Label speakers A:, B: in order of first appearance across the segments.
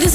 A: this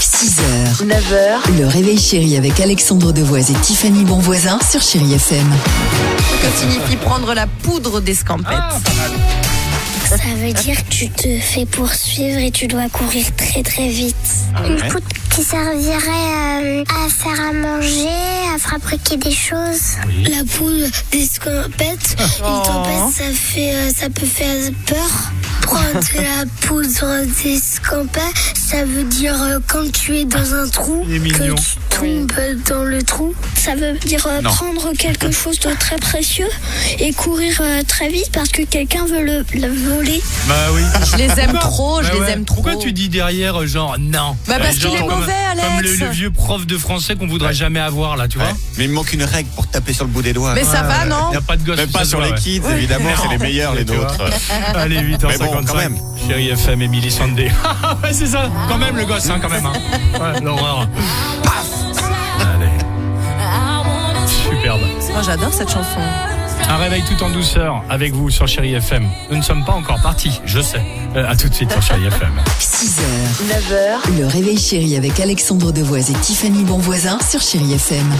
B: 6h, 9h, le réveil chéri avec Alexandre Devoise et Tiffany Bonvoisin sur Chérie FM.
C: Que signifie prendre la poudre d'escampette
D: Ah,
E: Ça veut dire que tu te fais poursuivre et tu dois courir très très vite. Une poudre qui servirait euh, à faire à manger, à fabriquer des choses. Oh. La poudre d'escampette, une tempête, ça, fait, euh, ça peut faire peur. Prendre la poudre d'escampette, ça veut dire euh, quand tu es dans un trou, que tu tombes dans le trou. Ça veut dire euh, prendre quelque chose de très précieux et courir euh, très vite parce que quelqu'un veut le- le voler.
D: Bah oui.
C: Je les aime trop, je
D: Bah
C: les
D: ouais.
C: aime trop.
D: Pourquoi tu dis derrière, euh, genre, non
C: Bah
D: Euh,
C: parce qu'il
D: genre,
C: est
D: comme-
C: mauvais, Alex.
D: Comme le, le vieux prof de français qu'on voudra jamais avoir, là, tu vois.
F: Mais il me manque une règle pour taper sur le bout des doigts.
C: Mais ça va, non
D: Il n'y a pas de gosse.
F: Même
D: qui
F: pas
D: s'appelle,
F: sur les
D: ouais.
F: kids, évidemment, c'est les meilleurs les
D: Tu vois.
F: nôtres.
D: Allez, 8h55.
F: Mais bon, quand même.
D: Chérie FM, Emily Sandé. Ah ouais, c'est ça. Quand même, le gosse, hein, quand même. hein. Ouais, l'horreur. Paf Allez. Superbe.
C: Moi j'adore cette chanson.
D: Un réveil tout en douceur avec vous sur Chérie FM. Nous ne sommes pas encore partis, je sais. Euh, à tout de suite sur Chérie FM.
B: 6h, 9h, le réveil chéri avec Alexandre Devoise et Tiffany Bonvoisin sur Chérie FM.